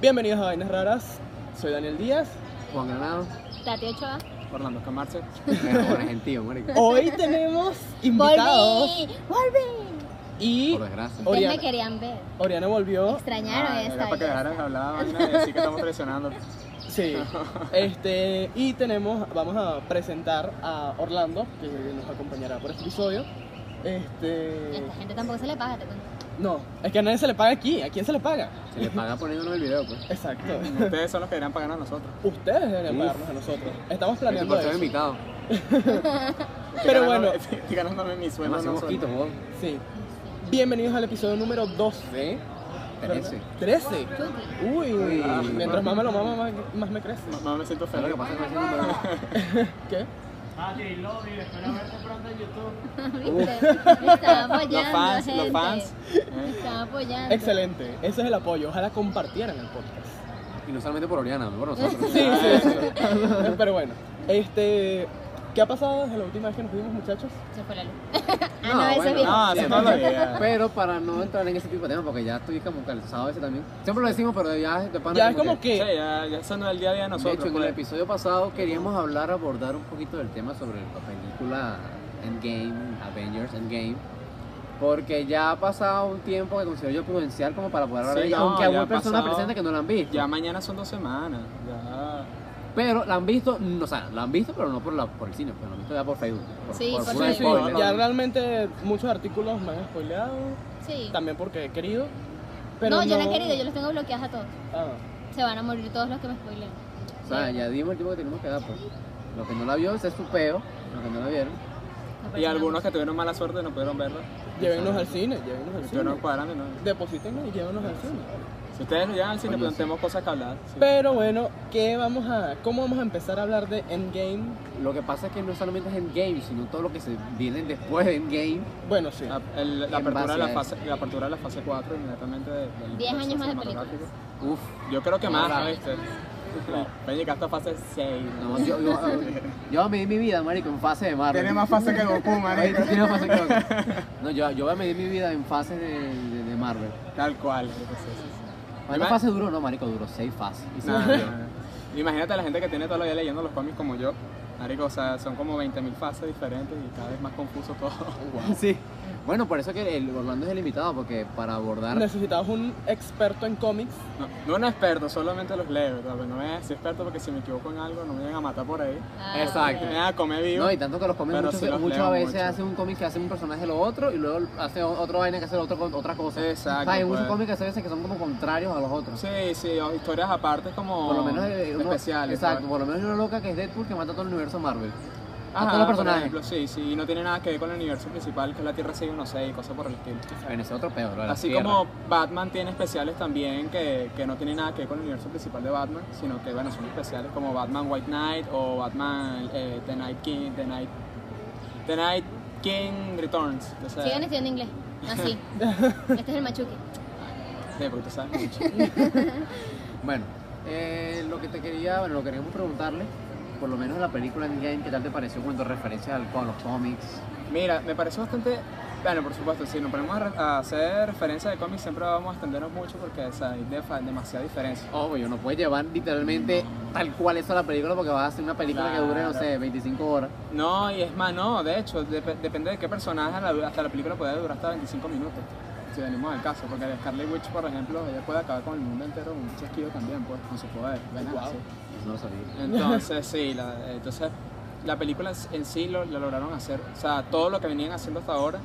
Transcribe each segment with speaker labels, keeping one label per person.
Speaker 1: Bienvenidos a Vainas Raras, soy Daniel Díaz.
Speaker 2: Juan Granado,
Speaker 3: Tati Ochoa.
Speaker 2: Orlando Camarce, Bueno, argentino, marico.
Speaker 1: Hoy tenemos invitados
Speaker 3: ¡Volví! ¡Volví!
Speaker 1: y
Speaker 2: Por desgracia.
Speaker 1: Oye,
Speaker 3: Ustedes
Speaker 1: Oriana.
Speaker 3: me querían ver.
Speaker 1: Oriana volvió.
Speaker 3: Extrañaron
Speaker 2: Ah,
Speaker 3: esa.
Speaker 2: Era para que dejaran hablar vaina y decir que estamos traicionando.
Speaker 1: Sí. Este, y tenemos, vamos a presentar a Orlando, que nos acompañará por este episodio. Este,
Speaker 3: Esta gente tampoco se le paga, te cuento.
Speaker 1: no, es que a nadie se le paga aquí, ¿a quién se le paga?
Speaker 2: Se le paga poniéndonos el video, pues.
Speaker 1: Exacto.
Speaker 2: Ustedes son los que deberían pagar a nosotros.
Speaker 1: Ustedes deberían
Speaker 2: Uf.
Speaker 1: pagarnos a nosotros. Estamos
Speaker 2: Porque
Speaker 1: planeando
Speaker 2: por ser
Speaker 1: eso.
Speaker 2: invitado.
Speaker 1: Pero bueno.
Speaker 2: Estoy ganándome mi sueldo.
Speaker 4: Demasiado mosquito, vos.
Speaker 1: Sí. Bienvenidos al episodio número 12.
Speaker 2: Trece.
Speaker 1: 13.
Speaker 3: Chucky.
Speaker 1: Uy,
Speaker 2: Ah,
Speaker 1: mientras más me lo mama, más, más me crece.
Speaker 2: Mamá, me siento
Speaker 4: ¿Sabes
Speaker 2: feliz.
Speaker 4: lo que pasa con ese número?
Speaker 1: ¿Qué?
Speaker 3: ¿Viste? Me Estaba apoyando,
Speaker 2: Los fans,
Speaker 3: gente.
Speaker 2: los fans.
Speaker 3: Me
Speaker 2: eh,
Speaker 3: Estaba apoyando.
Speaker 1: Excelente, ese es el apoyo. Ojalá compartieran el podcast.
Speaker 4: Y no solamente por Oriana, por nosotros.
Speaker 1: Sí, sí, sí. Pero bueno, este. ¿Qué ha pasado desde la última vez que nos vimos, muchachos?
Speaker 3: Se fue la luz. Ah,
Speaker 4: No,
Speaker 3: no, ese
Speaker 4: bueno,
Speaker 3: es viejo.
Speaker 2: No, hace todos los días.
Speaker 4: Pero para no entrar en ese tipo de temas, porque ya estoy como calzado ese también. Siempre lo decimos, pero ya de pana
Speaker 1: Ya es como
Speaker 2: Sí,
Speaker 1: que.
Speaker 2: ya, ya eso no es el día a día
Speaker 4: De
Speaker 2: de nosotros.
Speaker 4: hecho, en el
Speaker 2: pues.
Speaker 4: episodio pasado queríamos hablar, abordar un poquito del tema sobre la película Endgame, Avengers Endgame. Porque ya ha pasado un tiempo que considero yo prudencial como para poder hablar
Speaker 2: Sí,
Speaker 4: de ella,
Speaker 2: no,
Speaker 4: aunque
Speaker 2: ya
Speaker 4: aún hay
Speaker 2: ha
Speaker 4: personas
Speaker 2: pasado.
Speaker 4: presentes que no la han visto.
Speaker 2: Ya mañana son dos semanas. Ya.
Speaker 4: Pero la han visto, mm, o sea, la han visto, pero no por, la, por el cine, pero la han visto ya por Facebook. Por,
Speaker 3: Sí,
Speaker 4: por
Speaker 3: por
Speaker 4: puro
Speaker 1: Sí, sí,
Speaker 4: spoiler.
Speaker 1: ya realmente muchos artículos me han spoileado.
Speaker 3: Sí.
Speaker 1: También porque he querido. Pero
Speaker 3: no, yo no he querido, yo los tengo bloqueados a todos.
Speaker 1: Ah,
Speaker 3: Se van a morir todos los que me spoilean.
Speaker 4: O sea, ya dimos el tiempo que tenemos que dar, pues. Los que no la vio, ese es su peo. Los que no la vieron.
Speaker 3: Pues
Speaker 2: Y algunos que tuvieron mala suerte y no pudieron verlo.
Speaker 1: llévennos al cine, llévennos al
Speaker 2: Estuvieron
Speaker 1: cine.
Speaker 2: cuadrando, ¿no?
Speaker 1: Deposítenos y llévenos al cine.
Speaker 2: Si ustedes no llegan al cine,
Speaker 4: Coño, sí.
Speaker 2: planteemos cosas que hablar. sí.
Speaker 1: Pero bueno, ¿qué vamos a, ¿cómo vamos a empezar a hablar de Endgame?
Speaker 4: Lo que pasa es que no solamente es Endgame, sino todo lo que se viene después de Endgame.
Speaker 1: Bueno, sí.
Speaker 2: La, el- la
Speaker 4: En
Speaker 2: apertura
Speaker 4: base
Speaker 2: de la,
Speaker 4: a
Speaker 2: fase, la apertura de la fase 4 inmediatamente de- del
Speaker 3: Diez años más de películas.
Speaker 2: cinematográfico.
Speaker 4: Uf.
Speaker 2: Yo creo que más,
Speaker 4: Claro.
Speaker 2: ¿viste? Ven llegar hasta fase 6.
Speaker 4: No, yo, yo, yo voy a medir mi vida, marico, en fase de Marvel.
Speaker 2: fase que Goku,
Speaker 4: Oye, tú tienes fase que- No, yo, yo voy a medir mi vida en fase de, de, de Marvel.
Speaker 2: Tal cual. sí, sí,
Speaker 4: ¿Cuántas fases duró? No, marico, duró seis fases. Y
Speaker 2: sí.
Speaker 4: se
Speaker 2: Nada,
Speaker 4: murió.
Speaker 2: nada. Imagínate a la gente que tiene todos los días leyendo los cómics como yo. Marico, o sea, son como 20.000 fases diferentes y cada vez más confuso todo.
Speaker 4: Oh, Sí. Bueno, por eso que el Orlando es el invitado, porque para abordar...
Speaker 1: Necesitamos un experto en cómics.
Speaker 2: No, no un experto, solamente los leo. ¿verdad? Pero No me decís experto porque si me equivoco en algo no me van a matar por ahí.
Speaker 3: Ah,
Speaker 4: Exacto.
Speaker 2: Me van a comer vivo.
Speaker 4: No, y tanto que los cómics
Speaker 2: Pero
Speaker 4: muchos,
Speaker 2: sí los
Speaker 4: muchos
Speaker 2: leo
Speaker 4: a veces
Speaker 2: mucho.
Speaker 4: hacen un cómic que hace un personaje lo otro y luego hace o- otra vaina que hace lo otro con otra cosa.
Speaker 2: Exacto,
Speaker 4: O sea, hay muchos
Speaker 2: pues.
Speaker 4: cómics que hace veces que son como contrarios a los otros.
Speaker 2: Sí, sí, o historias aparte como
Speaker 4: Por lo menos eh, uno-
Speaker 2: especiales. pues.
Speaker 4: Exacto,
Speaker 2: ¿sabes?
Speaker 4: por lo menos hay una loca que es Deadpool que mata a todo el universo Marvel. a
Speaker 2: Ajá,
Speaker 4: todos los
Speaker 2: por
Speaker 4: personajes.
Speaker 2: ejemplo, sí, sí, y no tiene nada que ver con el universo principal, que es la Tierra 616 y cosas por el estilo.
Speaker 4: En ese otro peor. lo de la
Speaker 2: Así
Speaker 4: Tierra.
Speaker 2: como Batman tiene especiales también que, que no tienen nada que ver con el universo principal de Batman, sino que bueno, son especiales como Batman White Knight o Batman eh, The Night King, The Night, The Night King Returns. O sea,
Speaker 3: Sigan estudiando inglés. Así. este es el machuque.
Speaker 2: Sí, porque tú sabes mucho.
Speaker 4: Bueno, eh, lo que te quería, bueno, lo queríamos preguntarle, por lo menos la película Endgame, ¿qué tal te pareció cuando referencias al, con los cómics?
Speaker 2: Mira, me pareció bastante. Bueno, por supuesto, si nos ponemos a, re- a hacer referencia de cómics, siempre vamos a extendernos mucho porque o sea, hay defa- demasiada diferencia.
Speaker 4: Obvio, Oh, no puedes llevar literalmente tal cual eso a la película porque vas a hacer una película que dure, no
Speaker 2: Claro.
Speaker 4: sé, 25 horas.
Speaker 2: No, y es más, no, de hecho, dep- depende de qué personaje, la- hasta la película puede durar hasta 25 minutos, si venimos al caso, porque Scarlet Witch, por ejemplo, ella puede acabar con el mundo entero con un chasquido también, pues, con su poder, ¿verdad?
Speaker 1: Guau.
Speaker 2: Sí.
Speaker 4: Eso no lo sabía.
Speaker 2: Entonces, sí, la, entonces la película en- en sí lo, lo lograron hacer, o sea, todo lo que venían haciendo hasta ahora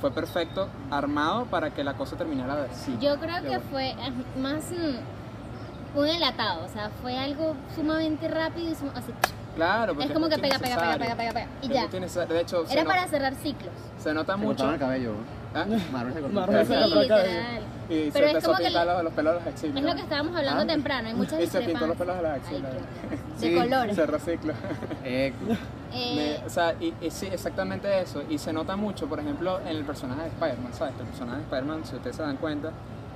Speaker 2: fue perfecto, armado para que la cosa terminara de sí.
Speaker 3: Yo creo
Speaker 2: de
Speaker 3: que
Speaker 2: buena.
Speaker 3: fue ah, más mm, un enlatado. O sea, fue algo sumamente rápido y sum- así.
Speaker 2: Claro, porque
Speaker 3: Es como que
Speaker 2: muy
Speaker 3: pega, pega, pega,
Speaker 2: necesario.
Speaker 3: pega, pega, pega. Y
Speaker 2: Es
Speaker 3: ya.
Speaker 2: muy necesario. De hecho, se,
Speaker 3: Era
Speaker 2: no-
Speaker 3: para cerrar ciclos.
Speaker 2: se nota
Speaker 4: Se
Speaker 2: mucho.
Speaker 4: cortaron el cabello.
Speaker 2: ¿eh?
Speaker 4: Marvel se cortó
Speaker 1: Marvel
Speaker 4: el
Speaker 3: Sí,
Speaker 1: se
Speaker 4: cabello.
Speaker 1: cortó el cabello.
Speaker 3: literal.
Speaker 2: Y
Speaker 3: Pero
Speaker 2: se
Speaker 3: es
Speaker 2: empezó
Speaker 3: como
Speaker 2: a
Speaker 3: que
Speaker 2: pintar
Speaker 3: le-
Speaker 2: los, los pelos de las
Speaker 3: Es
Speaker 2: axilas.
Speaker 3: lo que estábamos hablando
Speaker 4: Ah.
Speaker 3: temprano. Hay muchas
Speaker 2: Y se pintó los
Speaker 3: discrepancias.
Speaker 2: pelos de las
Speaker 3: Ay,
Speaker 2: axilas.
Speaker 3: qué-
Speaker 4: Sí.
Speaker 3: De colores.
Speaker 2: Se recicla.
Speaker 4: Eh,
Speaker 3: Eh,
Speaker 2: Me- o sea, y, y sí, exactamente eso. Y se nota mucho, por ejemplo, en el personaje de Spider-Man, ¿sabes? El personaje de Spider-Man, si ustedes se dan cuenta,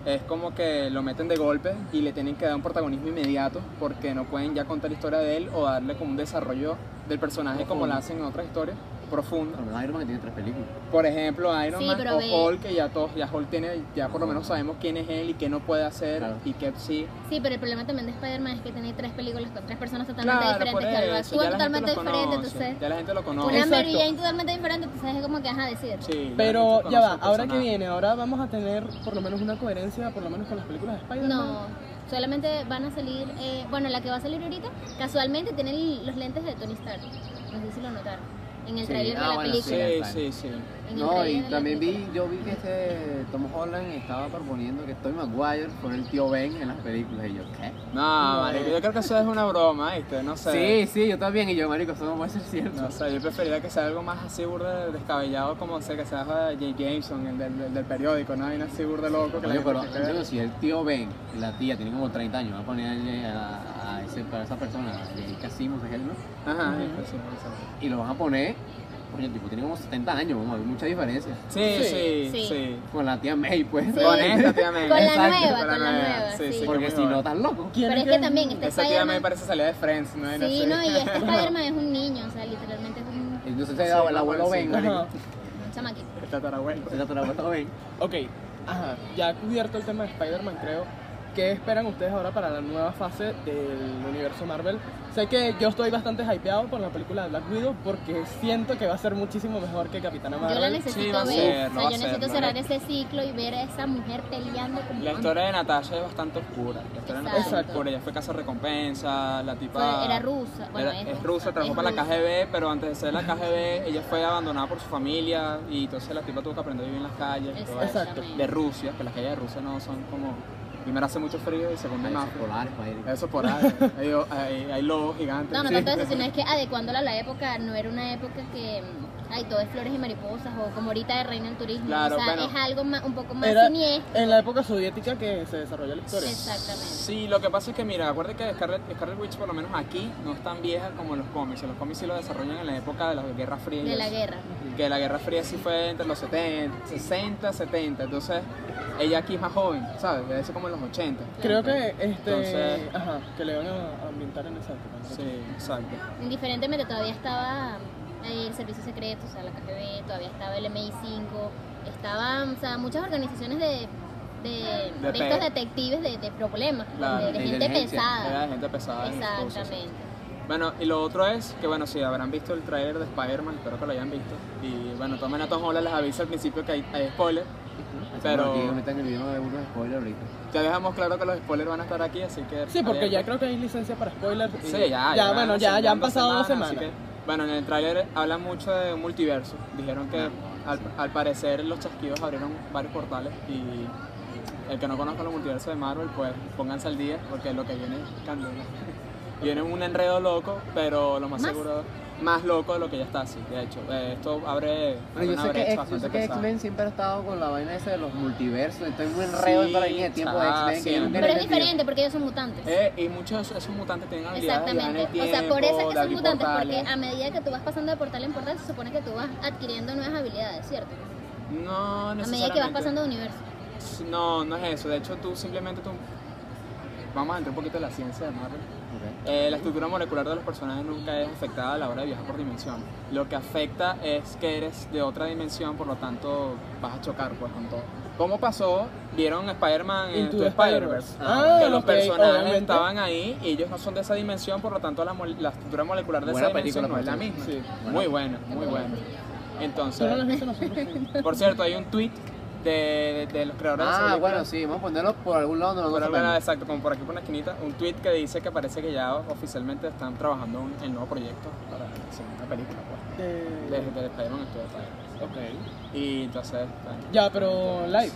Speaker 2: es como que lo meten de golpe y le tienen que dar un protagonismo inmediato porque no pueden ya contar la historia de él o darle como un desarrollo del personaje como lo hacen en otras historias. profunda.
Speaker 4: Bueno, Iron Man tiene tres películas.
Speaker 2: Por ejemplo, Iron
Speaker 3: Sí,
Speaker 2: Man
Speaker 3: pero
Speaker 2: o
Speaker 3: ve-
Speaker 2: Hulk, que ya todos, ya Hulk tiene, ya por lo menos sabemos quién es él y qué no puede hacer
Speaker 4: Claro.
Speaker 2: y qué sí.
Speaker 3: Sí, pero el problema también de Spider-Man es que tiene tres películas con tres personas totalmente
Speaker 2: Claro, por
Speaker 3: diferentes, que
Speaker 2: eso, ya
Speaker 3: actúan
Speaker 2: la
Speaker 3: totalmente
Speaker 2: gente los
Speaker 3: diferentes,
Speaker 2: conoce,
Speaker 3: entonces...
Speaker 2: Ya la gente lo conoce.
Speaker 3: Una
Speaker 1: Exacto.
Speaker 3: Mary Jane totalmente diferente, entonces es como que, ajá, decir.
Speaker 2: Sí, la gente
Speaker 1: Pero
Speaker 2: conoce
Speaker 1: ya va,
Speaker 2: el
Speaker 1: ahora que
Speaker 2: personaje.
Speaker 1: viene, ahora vamos a tener por lo menos una coherencia, por lo menos con las películas de Spider-Man.
Speaker 3: No, solamente van a salir, eh, bueno, la que va a salir ahorita, casualmente tiene el- los lentes de Tony Stark. No sé si lo notaron. En el
Speaker 4: Sí,
Speaker 3: trailer
Speaker 4: ah,
Speaker 3: de la
Speaker 4: bueno,
Speaker 3: película.
Speaker 2: Sí,
Speaker 4: Spider-Man.
Speaker 2: sí, sí.
Speaker 3: En el
Speaker 4: No,
Speaker 3: trailer
Speaker 4: y
Speaker 3: de la
Speaker 4: también
Speaker 3: película.
Speaker 4: vi, yo vi que este Tom Holland estaba proponiendo que Tobey Maguire fuera el tío Ben en las películas. Y yo, ¿qué?
Speaker 2: No, marico, yo creo que eso es una broma, ¿viste? No sé.
Speaker 4: Sí, sí, yo también. Y yo, marico, eso no puede ser cierto.
Speaker 2: No sé, yo preferiría que sea algo más así burda descabellado como sé que sea J. Jameson, el del, del- del periódico, ¿no? Hay una así burda loco que la
Speaker 4: Oye,
Speaker 2: gente
Speaker 4: pero
Speaker 2: se
Speaker 4: en
Speaker 2: cree.
Speaker 4: serio, si el tío Ben, la tía, tiene como 30 años, va a ponerle a, a ese, para esa persona, a Jessica Simmons, es él, ¿no?
Speaker 2: Ajá, sí, sí,
Speaker 4: Y lo van a poner, coño, el tipo tiene como 70 años, vamos, hay mucha diferencia.
Speaker 2: sí. Sí, sí,
Speaker 3: Sí.
Speaker 2: sí.
Speaker 4: Con la tía May, pues.
Speaker 3: Sí.
Speaker 2: Con esta, tía May.
Speaker 3: Con la
Speaker 2: Exacto,
Speaker 3: nueva, con la nueva, sí.
Speaker 4: Porque
Speaker 2: qué
Speaker 4: si no,
Speaker 2: mejor.
Speaker 4: tan loco.
Speaker 1: ¿Quién
Speaker 3: Pero es que también está
Speaker 2: Esa tía May
Speaker 3: Spider-Man.
Speaker 2: parece salida de Friends, ¿no? Era
Speaker 3: Sí,
Speaker 2: así.
Speaker 3: no, y este Spider-Man es un niño, o sea, literalmente es un,
Speaker 4: Entonces se da el
Speaker 2: no,
Speaker 4: abuelo
Speaker 2: pues,
Speaker 4: Ben,
Speaker 2: sí.
Speaker 4: marico.
Speaker 1: Ajá.
Speaker 3: un chamaquito.
Speaker 2: El tatarabuelo.
Speaker 4: Se trata del abuelo Ben.
Speaker 1: Ok, ajá, ya cubierto el tema de Spider-Man, creo. ¿Qué esperan ustedes ahora para la nueva fase del universo Marvel? Sé que yo estoy bastante hypeado por la película de Black Widow porque siento que va a ser muchísimo mejor que Capitana
Speaker 3: Yo la
Speaker 1: Marvel.
Speaker 2: Sí, va
Speaker 3: necesito
Speaker 2: a
Speaker 3: ver,
Speaker 2: ser,
Speaker 3: o
Speaker 2: lo
Speaker 3: sea,
Speaker 2: va
Speaker 3: yo
Speaker 2: a ser,
Speaker 3: necesito
Speaker 2: ¿no?
Speaker 3: cerrar ese ciclo y ver a esa mujer peleando como
Speaker 2: La historia de Natasha es bastante oscura. La historia de Natasha es
Speaker 1: Exacto.
Speaker 2: oscura. Ella fue casa recompensa, la
Speaker 3: Fue-
Speaker 2: tipa.
Speaker 3: era rusa, bueno,
Speaker 2: Era-
Speaker 3: es,
Speaker 2: es rusa, trabajó
Speaker 3: es
Speaker 2: para la
Speaker 3: rusa.
Speaker 2: KGB, pero antes de ser la KGB, ella fue abandonada por su familia y entonces la tipa tuvo que aprender a vivir en las calles. y todo eso.
Speaker 1: Exacto.
Speaker 2: De Rusia, que las calles de Rusia no son como. Primero hace mucho frío y segundo
Speaker 4: Hay
Speaker 2: hay
Speaker 4: esos
Speaker 2: más. frío.
Speaker 4: polares, marico. pues,
Speaker 2: Eso por ahí. Hay, hay- hay lobos gigantes.
Speaker 3: No, no
Speaker 2: Sí.
Speaker 3: tanto eso, sino es que adecuándola a la época, no era una época que mm, hay todo es flores y mariposas o como ahorita de reina el turismo,
Speaker 2: Claro,
Speaker 3: o sea,
Speaker 2: bueno.
Speaker 3: es algo más, un poco más E.
Speaker 1: Era
Speaker 3: siniestro.
Speaker 1: en la época soviética que se desarrolla la historia.
Speaker 3: Exactamente.
Speaker 2: Sí, lo que pasa es que, mira, acuérdate que Scarlet, Scarlet Witch, por lo menos aquí, no es tan vieja como en los cómics. En los cómics sí lo desarrollan en la época de la Guerra Fría. y
Speaker 3: De la
Speaker 2: eso.
Speaker 3: guerra.
Speaker 2: que la Guerra Fría sí fue entre los 70, 60, 70, entonces ella aquí es más joven, ¿sabes? Ella es como en los 80.
Speaker 1: Creo que este,
Speaker 2: Entonces-
Speaker 1: ajá, que le van a ambientar en esa época. ¿no?
Speaker 2: Sí, exacto.
Speaker 3: Indiferentemente todavía estaba eh, el servicio secreto, o sea, la KGB, todavía estaba el MI5, estaban, o sea, muchas organizaciones de, de, de
Speaker 2: pe-
Speaker 3: estos detectives de, de problemas,
Speaker 2: Claro,
Speaker 3: de, de
Speaker 4: de
Speaker 3: gente
Speaker 4: inteligencia,
Speaker 2: Ah, Era de
Speaker 3: pesada.
Speaker 2: gente pesada. y cosas así.
Speaker 3: Exactamente.
Speaker 2: Bueno, y lo otro es que, bueno, si habrán visto el trailer de Spider-Man, espero que lo hayan visto. Y bueno, tomen a Tom Holland, les aviso al principio que hay, hay spoilers. Pero-
Speaker 4: Aquí metan el video de unos spoilers ahorita.
Speaker 2: Ya dejamos claro que los spoilers van a estar aquí, así que.
Speaker 1: Sí, porque ya
Speaker 2: alerta.
Speaker 1: creo que hay licencia para spoilers. y-
Speaker 2: Sí, ya.
Speaker 1: Ya,
Speaker 2: van
Speaker 1: bueno,
Speaker 2: dos
Speaker 1: ya, ya han
Speaker 2: semanas,
Speaker 1: pasado dos
Speaker 2: semanas,
Speaker 1: semanas.
Speaker 2: así que- bueno, en el tráiler hablan mucho de un multiverso. Dijeron que al, al parecer los chasquidos abrieron varios portales y el que no conozca los multiversos de Marvel, pues pónganse al día porque lo que viene es candela. Viene un enredo loco, pero lo más,
Speaker 3: ¿Más?
Speaker 2: seguro más loco de lo que ya está así, de hecho. Eh, esto abre
Speaker 4: Bueno, yo
Speaker 2: una
Speaker 4: sé que,
Speaker 2: brecha
Speaker 4: X- yo
Speaker 2: bastante
Speaker 4: sé que
Speaker 2: pesada.
Speaker 4: X-Men siempre ha estado con la vaina esa de los multiversos, entonces muy enredo
Speaker 2: Sí,
Speaker 4: para mí de tiempo de
Speaker 2: chaval,
Speaker 4: X-Men. que
Speaker 2: siempre.
Speaker 4: no tiene
Speaker 3: Pero es
Speaker 4: sentido.
Speaker 3: diferente porque ellos son mutantes.
Speaker 2: Eh, y muchos de esos- esos mutantes tienen habilidades de viajar en
Speaker 3: Exactamente.
Speaker 2: el tiempo,
Speaker 3: o sea, por eso es que
Speaker 2: de
Speaker 3: son
Speaker 2: abrir
Speaker 3: mutantes, porque
Speaker 2: portales.
Speaker 3: a medida que tú vas pasando de portal en portal, se supone que tú vas adquiriendo nuevas habilidades, ¿cierto?
Speaker 2: No,
Speaker 3: A medida que vas
Speaker 2: necesariamente.
Speaker 3: pasando de universo.
Speaker 2: No, no es eso. De hecho, tú simplemente tú... Vamos a entrar un poquito en la ciencia de Marvel.
Speaker 4: Ok.
Speaker 2: Eh, la estructura molecular de los personajes nunca es afectada a la hora de viajar por dimensión. Lo que afecta es que eres de otra dimensión, por lo tanto vas a chocar pues con todo. ¿Cómo pasó? Vieron Spider-Man en
Speaker 1: Into
Speaker 2: Into
Speaker 1: the
Speaker 2: Spider-Verse.
Speaker 1: Spider-Verse. Ah,
Speaker 2: que los
Speaker 1: ok,
Speaker 2: personajes
Speaker 1: obviamente.
Speaker 2: estaban ahí y ellos no son de esa dimensión, por lo tanto la, mol- la estructura molecular de
Speaker 4: Buena
Speaker 2: esa dimensión no
Speaker 4: película,
Speaker 2: es la
Speaker 4: por
Speaker 2: misma.
Speaker 1: cierto.
Speaker 4: Sí.
Speaker 2: Muy buena, muy buena. Entonces,
Speaker 1: Solo las viste nosotros. sí.
Speaker 2: por cierto, hay un tweet de, de- de los creadores de esa
Speaker 4: Ah,
Speaker 2: película.
Speaker 4: bueno, sí, vamos a ponerlo por algún lado donde no
Speaker 2: Por
Speaker 4: lo
Speaker 2: alguna-
Speaker 4: sepamos.
Speaker 2: exacto, como por aquí por una esquinita, un tweet que dice que parece que ya oficialmente están trabajando en el nuevo proyecto para hacer una película, pues.
Speaker 1: Eh,
Speaker 2: Desde de Spider-Man estuvo Spider-Man.
Speaker 1: ok.
Speaker 2: Y entonces, bueno.
Speaker 1: Ya, pero live.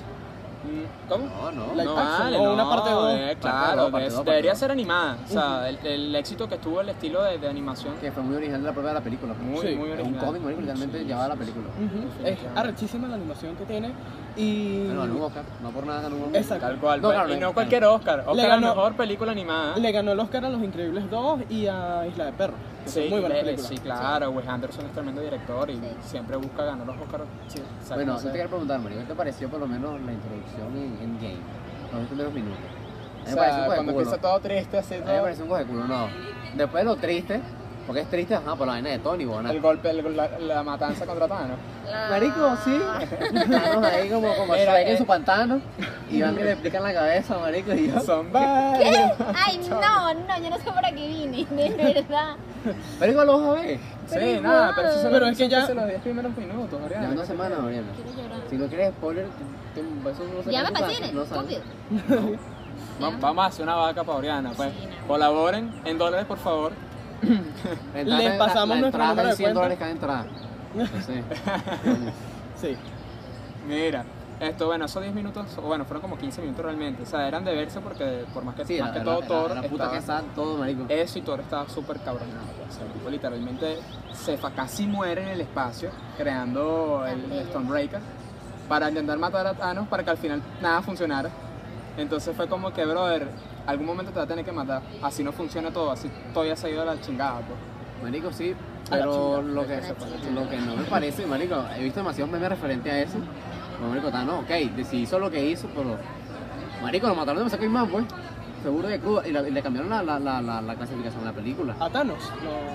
Speaker 2: Mm, ¿Cómo?
Speaker 4: No, no.
Speaker 1: La-
Speaker 2: no
Speaker 1: live action
Speaker 2: vale,
Speaker 1: o
Speaker 2: no,
Speaker 1: una parte dos.
Speaker 2: eh,
Speaker 4: Parte
Speaker 2: claro,
Speaker 4: dos, parte
Speaker 2: des-
Speaker 4: dos, parte
Speaker 2: debería
Speaker 4: dos.
Speaker 2: ser animada. O sea, el, el éxito que tuvo el estilo de, de animación,
Speaker 4: Que fue muy original la propia de la película. pues.
Speaker 2: muy,
Speaker 1: Sí,
Speaker 2: muy
Speaker 4: Es
Speaker 2: original.
Speaker 4: un cómic, marico, literalmente
Speaker 2: Sí,
Speaker 4: llevaba
Speaker 2: sí,
Speaker 4: la
Speaker 2: sí.
Speaker 4: película.
Speaker 1: Ujú, Es arrechísima la animación que tiene y
Speaker 4: Bueno, ganó un Oscar, no por nada ganó un Oscar.
Speaker 1: Exacto.
Speaker 2: Tal cual,
Speaker 4: No,
Speaker 2: pues,
Speaker 4: claro,
Speaker 2: y no
Speaker 4: claro.
Speaker 2: cualquier Oscar, Oscar a
Speaker 1: ganó-
Speaker 2: mejor película animada.
Speaker 1: le ganó el Oscar a Los Increíbles 2 y a Isla de Perros. que son
Speaker 2: Sí,
Speaker 1: muy buenas
Speaker 2: le-
Speaker 1: películas.
Speaker 2: sí, claro, Wes Anderson es tremendo director y
Speaker 3: Sí.
Speaker 2: siempre busca ganar los Oscars. Sí, exacto,
Speaker 4: Bueno, este
Speaker 2: no
Speaker 4: yo
Speaker 2: sé.
Speaker 4: te quiero preguntar, Mario, ¿qué te pareció por lo menos la introducción en Endgame? Los dos primeros minutos. A mí
Speaker 2: O
Speaker 4: me pareció
Speaker 2: sea,
Speaker 4: un
Speaker 2: cuando
Speaker 4: cogeculo.
Speaker 2: empieza todo triste, así
Speaker 4: A mí me
Speaker 2: todo.
Speaker 4: pareció un cogeculo, no. Después de lo triste, Porque es triste, ajá, por la vaina de Tony, bueno.
Speaker 2: El golpe, el- la, la matanza contra Thanos.
Speaker 4: Marico, sí. Thanos ahí como, como
Speaker 2: Mira,
Speaker 4: Shrek
Speaker 2: eh.
Speaker 4: en su pantano. Y van que le pican la cabeza, marico, y yo.
Speaker 2: Son varios.
Speaker 3: Ay, no, no, yo no sé por qué vine, de verdad.
Speaker 4: Marico, lo vas a ver.
Speaker 2: Sí,
Speaker 3: Pero
Speaker 2: nada,
Speaker 3: igual.
Speaker 2: pero eso se
Speaker 1: Pero
Speaker 2: lo-
Speaker 1: es que
Speaker 2: eso
Speaker 1: ya-
Speaker 2: se los 10 primeros minutos,
Speaker 4: Ya
Speaker 2: Oriana.
Speaker 4: una semana, Mariana.
Speaker 3: Quiero llorar.
Speaker 4: Si no quieres spoiler, te- te- eso Pues no se
Speaker 3: Ya
Speaker 4: puede
Speaker 3: me
Speaker 4: pasar,
Speaker 3: pasé,
Speaker 4: no sale.
Speaker 3: estúpido.
Speaker 2: Va- Vamos a hacer una vaca para Oriana, pues.
Speaker 3: Sí, no.
Speaker 2: Colaboren en dólares, por favor.
Speaker 4: Les
Speaker 1: Les pasamos nuestro número de cuenta.
Speaker 4: 100 dólares cada entrada. No sé. Coño.
Speaker 1: Sí.
Speaker 2: Mira, esto, bueno, esos 10 minutos, o bueno, fueron como 15 minutos realmente. O sea, eran de verse porque, por más que,
Speaker 4: Sí,
Speaker 2: más
Speaker 4: la,
Speaker 2: que
Speaker 4: la,
Speaker 2: todo,
Speaker 4: la,
Speaker 2: Thor
Speaker 4: la puta
Speaker 2: estaba-
Speaker 4: que está todo, marico.
Speaker 1: Eh,
Speaker 2: Eso y Thor estaba súper cabronado. O sea, el tipo literalmente se fa- casi muere en el espacio creando el, el Stormbreaker para intentar matar a Thanos para que al final nada funcionara. Entonces fue como que, brother, algún momento te va a tener que matar. Así no funciona todo, así todavía se ha ido a la chingada. Pues.
Speaker 4: Marico, sí,
Speaker 1: A la
Speaker 4: pero
Speaker 1: chinga,
Speaker 4: lo que,
Speaker 3: a la chinga.
Speaker 4: lo que no me parece, marico, he visto demasiados memes referente a eso. Como, marico, está, no, ok, de- si hizo lo que hizo, pero... Marico, lo mataron demasiado Caimán, pues. Seguro de cruda. Y, la- y le cambiaron la, la, la, la, la clasificación a la película.
Speaker 1: A Thanos.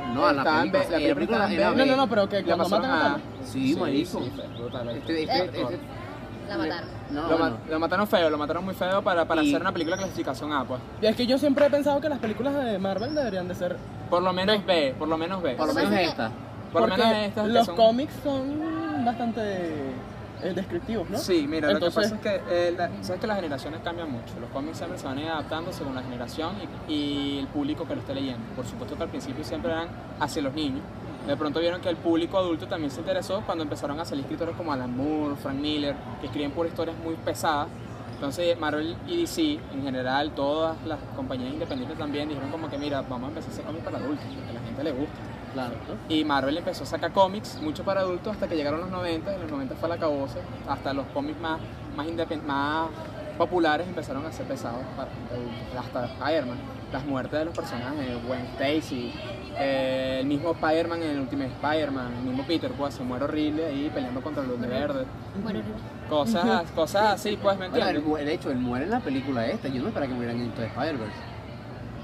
Speaker 1: No.
Speaker 4: No, a la
Speaker 2: Estaba en
Speaker 4: película.
Speaker 2: B- la
Speaker 4: eh, la película
Speaker 2: película
Speaker 4: era
Speaker 2: estaba en
Speaker 1: No,
Speaker 2: B.
Speaker 1: no,
Speaker 4: B.
Speaker 1: no, pero que
Speaker 2: La
Speaker 1: cuando
Speaker 2: pasaron
Speaker 1: matan a
Speaker 2: a...
Speaker 1: Thanos.
Speaker 4: Sí, marico.
Speaker 2: sí, fue brutal.
Speaker 4: Este, este, este,
Speaker 2: Thor.
Speaker 3: La mataron.
Speaker 4: no,
Speaker 2: lo, ma-
Speaker 4: bueno.
Speaker 2: lo mataron feo, lo mataron muy feo para, para
Speaker 4: Y-
Speaker 2: hacer una película de clasificación A, pues.
Speaker 1: Y es que yo siempre he pensado que las películas de Marvel deberían de ser.
Speaker 2: Por lo menos B, por lo menos B.
Speaker 4: Por lo
Speaker 3: Lo
Speaker 4: menos
Speaker 3: más es que-
Speaker 4: esta.
Speaker 2: Por lo
Speaker 1: porque
Speaker 2: menos estas que
Speaker 1: Los
Speaker 2: son-
Speaker 1: cómics son bastante eh, descriptivos, ¿no?
Speaker 2: Sí, mira,
Speaker 1: Entonces-
Speaker 2: lo que pasa es que, eh, la- sabes que las generaciones cambian mucho. Los cómics siempre se van adaptando según la generación y, y el público que lo esté leyendo. Por supuesto que al principio siempre eran hacia los niños. De pronto vieron que el público adulto también se interesó cuando empezaron a salir escritores como Alan Moore, Frank Miller, que escriben por historias muy pesadas. Entonces Marvel y DC, en general, todas las compañías independientes también dijeron como que mira, vamos a empezar a hacer cómics para adultos, porque a la gente le gusta.
Speaker 4: Claro.
Speaker 2: Y Marvel empezó a sacar cómics, mucho para adultos, hasta que llegaron los 90, y en los 90 fue la caboce, hasta los cómics más, más, indepen- más populares empezaron a ser pesados para adultos, hasta Spider-Man, las muertes de los personajes, Gwen Stacy, eh, el mismo Spider-Man en el Ultimate Spider-Man, el mismo Peter, pues se muere horrible ahí peleando contra los de verde,
Speaker 3: Bueno,
Speaker 2: cosas, cosas así, pues, ¿me
Speaker 4: Bueno, el,
Speaker 2: entiendes?
Speaker 4: mu- el hecho, él muere en la película esta. Yo no esperaba que murieran en todo Spider-Verse.